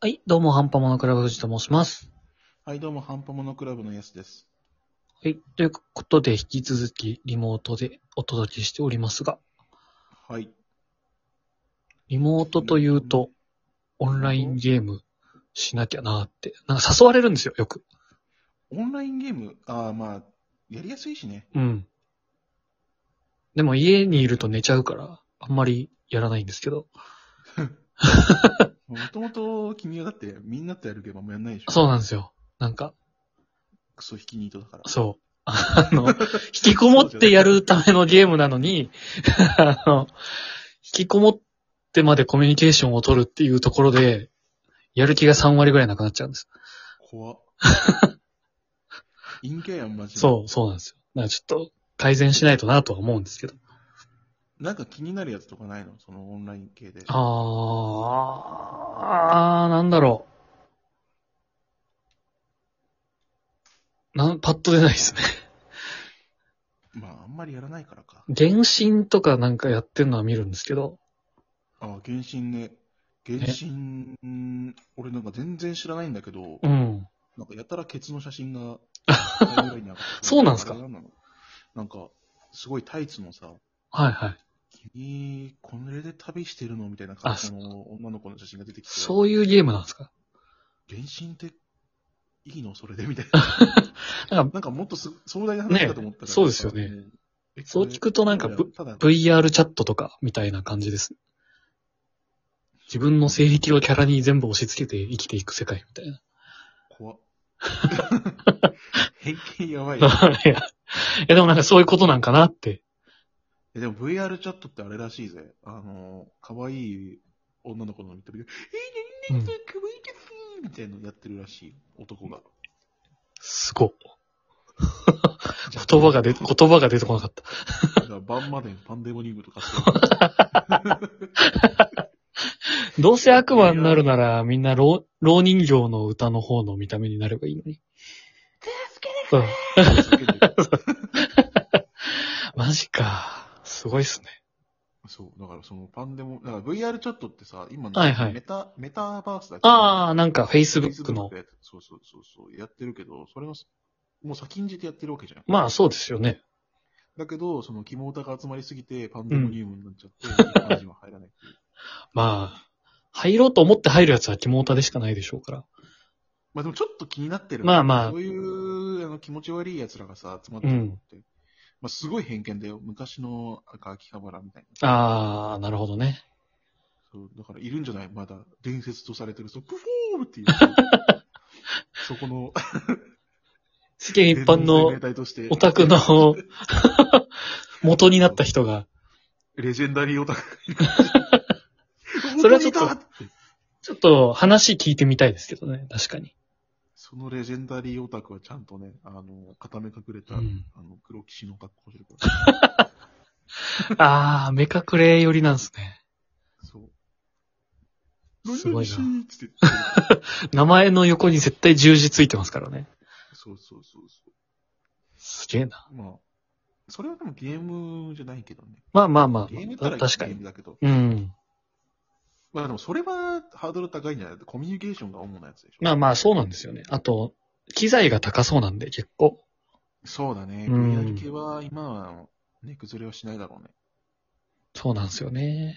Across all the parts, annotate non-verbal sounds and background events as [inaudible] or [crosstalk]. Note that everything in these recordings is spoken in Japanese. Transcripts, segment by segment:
はい、どうも、ハンパモノクラブ藤と申します。はい、どうも、ハンパモノクラブのやすです。はい、ということで、引き続きリモートでお届けしておりますが、はい。リモートというと、オンラインゲームしなきゃなーって、なんか誘われるんですよ、よく。オンラインゲーム、ああ、まあ、やりやすいしね。うん。でも家にいると寝ちゃうから、あんまりやらないんですけど。もともと君はだって、みんなとやるゲームはもうやんないでしょ。そうう。なんですよ。なんか、クソ引きニートだから。そう。あの、引きこもってやるためのゲームなのに、あの、引きこもってまでコミュニケーションを取るっていうところで、やる気が3割ぐらいなくなっちゃうんです。怖 [laughs] っ。陰キャやん、マジで。そう、そうなんですよ。だからちょっと改善しないとなとは思うんですけど。う。なんか気になるやつとかないのそのオンライン系で。あー、あーなんだろう。なん、パッと出ないですね。まあ、あんまりやらないからか。原神とかなんかやってるのは見るんですけど、ああ、原神ね。原神、うん俺なんか全然知らないんだけど、うん。なんかやたらケツの写真が、 [laughs] そうなんすかあれなのなんか、すごいタイツのさ、はいはい。君、これで旅してるのみたいな感じの女の子の写真が出てきて、そういうゲームなんですか原神っていいのそれでみたい [laughs] なな。んかなんかもっとす壮大な話だと思ったら、ねそうですよねえ。そう聞くとなんかこれぶただ、 VR チャットとかみたいな感じです。自分の性癖をキャラに全部押し付けて生きていく世界みたいな。怖っ [laughs] 偏見やばい。 [laughs] いや、いやでもなんかそういうことなんかなって。えでも VR チャットってあれらしいぜ。あの、可愛い女の子の見た目が、え、う何ん々さん可愛いですみたいなのやってるらしい、男が。すごっ。 [laughs] 言葉が出、言葉が出てこなかった。だから晩までパンデモニウムとかしてる。どうせ悪魔になるならみんな老、老人形の歌の方の見た目になればいいのに。助けて叫んでるマジか。すごいっすね。そう、だからそのパンデモ、だから VR チャットってさ、今はいはいメタ、メタバースだっけああ、なんかあ Facebook の。そうそうそうそう、やってるけど、それの、もう先んじてやってるわけじゃん。まあそうですよね。だけど、その肝オタが集まりすぎて、パンデモニウムになっちゃって、一般人は入らないっていう。まあ、入ろうと思って入るやつは肝タでしかないでしょうから。まあでもちょっと気になってる。まあまあそういう、あの、気持ち悪い奴らがさ、集まってるのって。まあすごい偏見だよ。昔の、なんか秋葉原みたいな。あー、なるほどね。そう、だからいるんじゃないまだ伝説とされてる、そう、プフォ [laughs] ーっていう。そこの、世間一般の伝統生命体としてオタクの元になった人が、レジェンダリーオタク。 [laughs] それはちょっと本当にいたってちょっと話聞いてみたいですけどね、確かに。そのレジェンダリーオタクはちゃんとね、あの、片目隠れた、うんあの、黒騎士の格好してるから。あー、目隠れ寄りなんですね。そう。すごいな何々しーっつって言ってる名前の横に絶対十字ついてますからね。そうそうそうそすげえな。う。まあ、それはでもゲームじゃないけどね。まあまあまゲームやっあ、たら確かゲーに。ムだけど。うん。まあでもそれはハードル高いんじゃないコミュニケーションが主なやつでしょ。まあまあ、そうなんですよね。あと、機材が高そうなんで、結構。そうだね。うん VR 系は今は、ね、崩れはしないだろうね。そうなんですよね。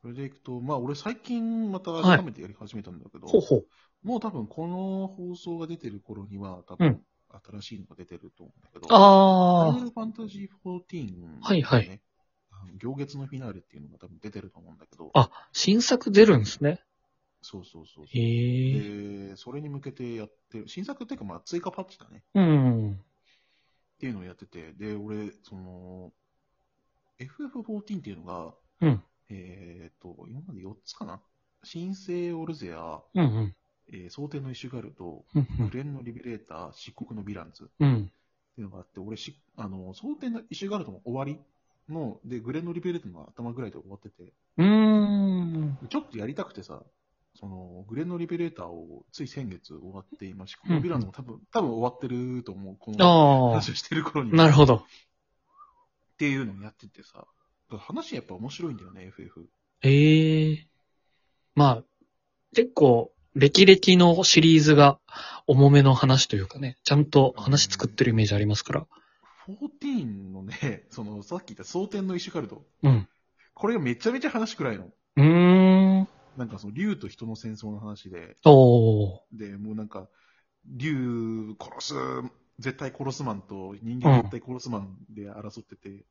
それでいくと、まあ俺最近またはい改めてやり始めたんだけど、ほうほう。もう多分この放送が出てる頃には、多分新しいのが出てると思うんだけど、ファイあナール、ファンタジー14、はいはいね。あの行月のフィナーレっていうのが多分出てると思うんだけど、あ、新作出るんですね。そうそうそうそう。へえ。で、それに向けてやってる、新作っていうかまあ追加パッチだね。うん。っていうのをやってて、で、俺、その、FF14 っていうのが、うん。えっ、と、今まで4つかな新生オルゼア、うんうん。えー、蒼天のイシュガルト、うんうグん。レンのリベレーター、漆黒のヴィランズっうん。ていうのがあって、俺し、あの、蒼天のイシュガルトの終わりの、で、グレンのリベレーターの頭ぐらいで終わってて、うーん。ちょっとやりたくてさ、その、グレンのリベレーターをつい先月終わって、今、漆黒のヴィランズも多分、多分終わってると思う、このああ話。をしてる頃に。なるほど。っていうのをやっててさ、話やっぱ面白いんだよね、FF。ええまあ、結構、歴々のシリーズが重めの話というかね、ちゃんと話作ってるイメージありますから。 14のね、 [laughs] その、さっき言った蒼天の石カルト。うん。これがめちゃめちゃ話暗いの。うーん。なんかその、竜と人の戦争の話で、おー。で、もうなんか、竜殺す、絶対殺すマンと人間絶対殺すマンで争ってて、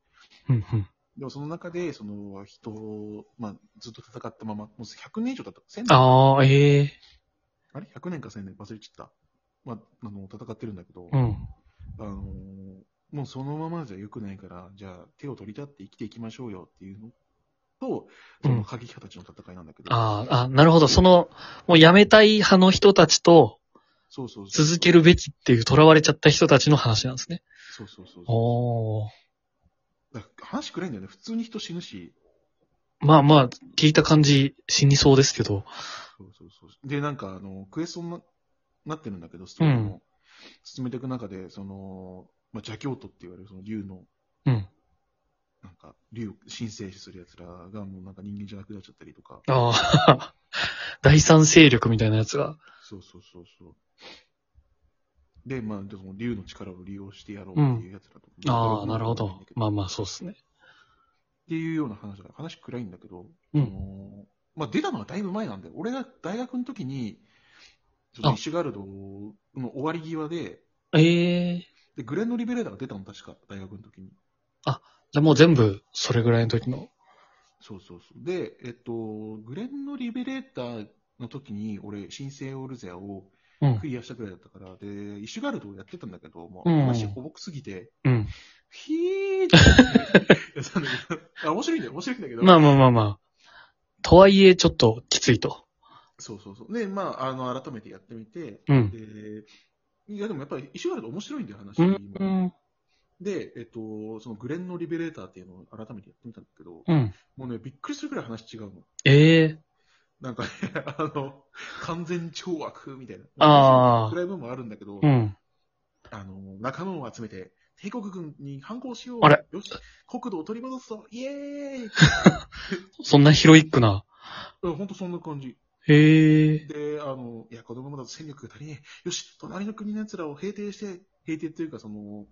うんうん。でもその中で、その人を、まあ、ずっと戦ったまま、もう100年以上だった。1000年あー、ええあれ ?100 年か1000年忘れちゃった。まあ、あの、戦ってるんだけど、ー。うん。あのーもうそのままじゃ良くないから、じゃあ手を取り立って生きていきましょうよっていうのと、その過激派たちの戦いなんだけど。あーあ、なるほど。その、もうやめたい派の人たちと、そうそうそう。続けるべきっていう囚われちゃった人たちの話なんですね。そうそうそうそう。おー。だから話暗いんだよね。普通に人死ぬし。まあまあ、聞いた感じ、死にそうですけど。そうそうそう。で、なんか、あの、クエストにななってるんだけど、ストーリーも。進めていく中で、その、まあ、邪教徒って言われる、その竜の、うん。なんか、竜を神聖視する奴らが、もうなんか人間じゃなくなっちゃったりとか。ああ、 [laughs] 第三勢力みたいなやつが。そうそうそうそう。で、まあ、でその竜の力を利用してやろうっていうやつらとか。ああ、なるほど。まあまあ、そうっっすね。ていうような話だから、話暗いんだけど、うんあのまあ、出たのはだいぶ前なんだよ。俺が大学の時に、そのあイシュガルドの終わり際で、ええで、グレンのリベレーダーが出たの確か、大学の時に。じゃあもう全部、それぐらいの時の。そうそうそう。で、えっと、グレンのリベレーターの時に、俺、新生オルゼアをうんク。リアしたくらいだったから、で、イシュガルドをやってたんだけど、もううん話ほぼくすぎて、うん。ひーって。 [laughs] やったんだけど。あ、面白いんだよ、面白いんだけど。まあまあまあまあ。とはいえ、ちょっときついと。そうそうそう。で、まあ、あの、改めてやってみて、うん。で、いや、でもやっぱり、石原と面白いんだよ、話。うん今。うん。で、えっと、そのグレンのリベレーターっていうのを改めてやってみたんだけど、うん。もうね、びっくりするくらい話違うの。ええなんかね、 [laughs] あの、完全懲悪みたいな。あー暗い部分もあるんだけど、うん。あの、仲間を集めて、帝国軍に反抗しよう。あれよし、国土を取り戻すぞ。イエーイそんなヒロイックな。うんほんとそんな感じ。ええで、あの、いや、子供だと戦力が足りねえ。よし、隣の国の奴らを平定して、平定というか、その、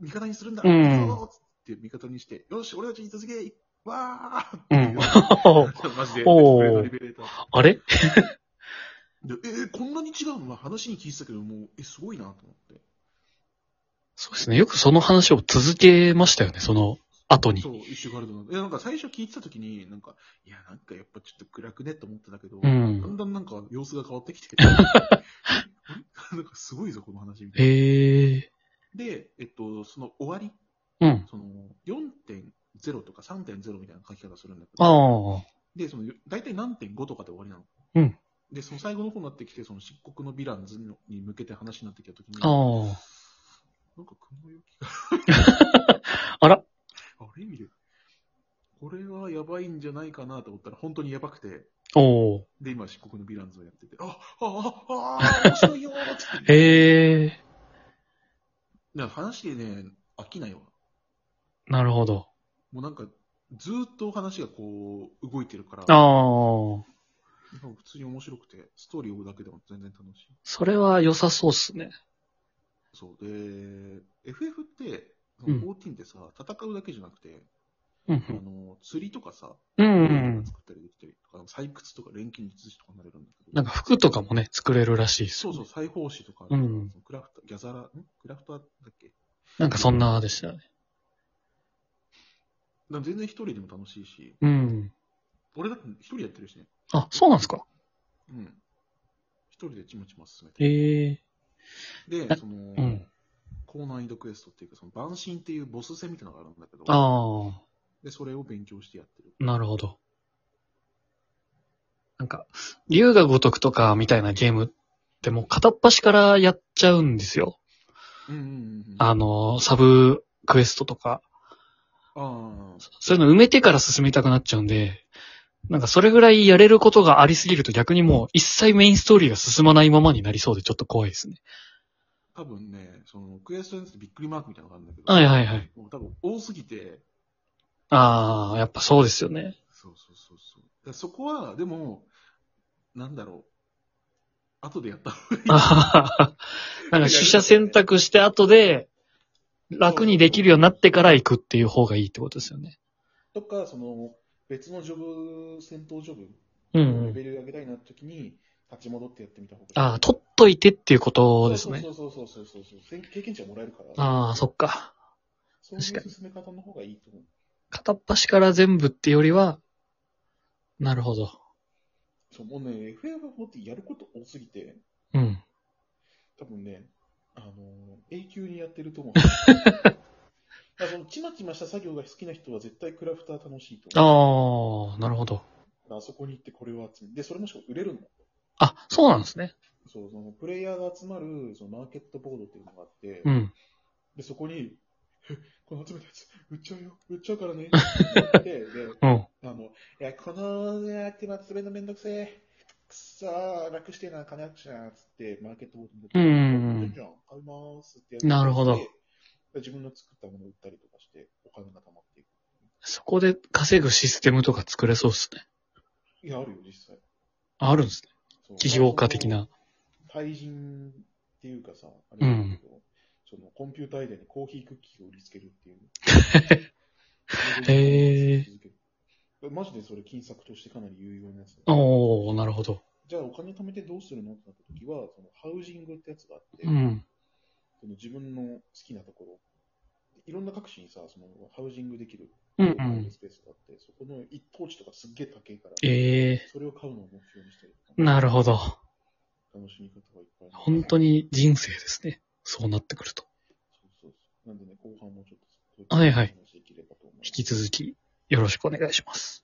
味方にするんだ。うん行くぞって味方にして、よし、俺たちに続けわーっていううん [laughs] おうマジで、おー俺のリベレーターあれでえー、こんなに違うのは話に聞いてたけど、もう、え、すごいなと思って。そうですね。よくその話を続けましたよね、その後にそ。う、イシュガルドの。え、なんか最初聞いてた時に、なんか、いや、なんかやっぱちょっと暗くねと思ってたけど、うだんん。だんなんか様子が変わってき [laughs] て、あれなんかすごいぞ、この話みたいな。ええで、えっと、その終わりうん。その4.0とか3.0みたいな書き方するんだけど、ああ。で、その大体何点5とかで終わりなの。うんで、その最後の方になってきて、その漆黒のヴィランズに向けて話になってきたときに、なんかあ雲行きが、 [laughs] あ。あらあれ見る。これはやばいんじゃないかなと思ったら、本当にやばくて、おお。。で、今漆黒のヴィランズをやってて、あ、あ、あ、あ、面白いよーっ [laughs] てええだから話でね、飽きないわ。なるほど。もうなんか、ずーっと話がこう、動いてるから、ああ。なんか普通に面白くて、ストーリーを追うだけでも全然楽しい。それは良さそうっすね。そう。で、FF って、そうんの14ってさ、戦うだけじゃなくて、うんあの、釣りとかさ、うん。ううんん、作ったりできたりとか、採掘とか錬金術師とかになれるんだけど。なんか服とかもね、作れるらしいっすそようね、そう、裁縫師とか、うんそのクラフト、ギャザラ、んクラフトだっけなんかそんなでしたね。なんか全然一人でも楽しいし、うん。俺だって一人やってるしね。あ、そうなんですかうん。一人でちまちま進めて。ええで、その、うん高難易度クエストっていうか、その、晩神っていうボス戦みたいなのがあるんだけど、ああ。で、それを勉強してやってる。なるほど。なんか、竜が如くとかみたいなゲームってもう片っ端からやっちゃうんですよ。うんうんうんうん。あの、サブクエストとか。あーそういうの埋めてから進みたくなっちゃうんで、なんかそれぐらいやれることがありすぎると逆にもう一切メインストーリーが進まないままになりそうでちょっと怖いですね。多分ね、その、クエストについてびっくりマークみたいなのがあるんだけど、はいはいはい。もう多分多すぎて、ああ、やっぱそうですよね。そうそうそうそう。だからそこは、でも、なんだろう。後でやった方がいい。あはは [laughs] なんか取捨選択して後で、楽にできるようになってから行くっていう方がいいってことですよね。とか、その、別のジョブ、戦闘ジョブ、うんうレん。ベル上げたいなって時に、立ち戻ってやってみた方がいい。ああ、取っといてっていうことですね。そうそうそうそうそうそうせん経験値はもらえるから。ああ、そっか。そういう確か進め方の方がいいと思う。片っ端から全部ってよりは、なるほど。そう、もうね、FF4 ってやること多すぎて、うん。多分ね、あのー、永久にやってると [laughs] 思う。だからそのちまちました作業が好きな人は絶対クラフター楽しいと思う。ああ、なるほど。あそこに行ってこれを集めで、それもしかも売れるの。あ、そうなんですね。そう、そのプレイヤーが集まるそのマーケットボードっていうのがあって、うん。で、そこに、えこの集めたやつ、売っちゃうよ、売っちゃうか [laughs] らね、って言って、で、うん。あの、いや、このアイテム集めるのめんどくせえ。くそー、楽してえな、金なくちゃ、つって、マーケットボードに出て、うんうんうんじゃん、買いまーすってやってなるほどで自分の作ったものを売ったりとかして、お金が貯まっていく。そこで稼ぐシステムとか作れそうですね。いや、あるよ、実際。ああるんですね。そう起業家的。な。対人っていうかさ、あれなんだけど、そのコンピューターアイデアにコーヒークッキーを売りつけるっていう。 [laughs] へー続ける。マジでそれ金策としてかなり有用なやつだよおー、なるほど。じゃあお金貯めてどうするのってなった時は、そのハウジングってやつがあって、うん。その自分の好きなところ、いろんな各地にさ、そのハウジングできるうんうん。スペースがあって、そこの一等地とかすっげえ高いから、ええそれを買うのを目標にしたりとか、なるほど。楽しみ方がいっぱいある。本当に人生ですね。そうなってくると。そうそうそう。なんでね、後半もちょっと、はいはい話できればと思います。引き続きよろしくお願いします。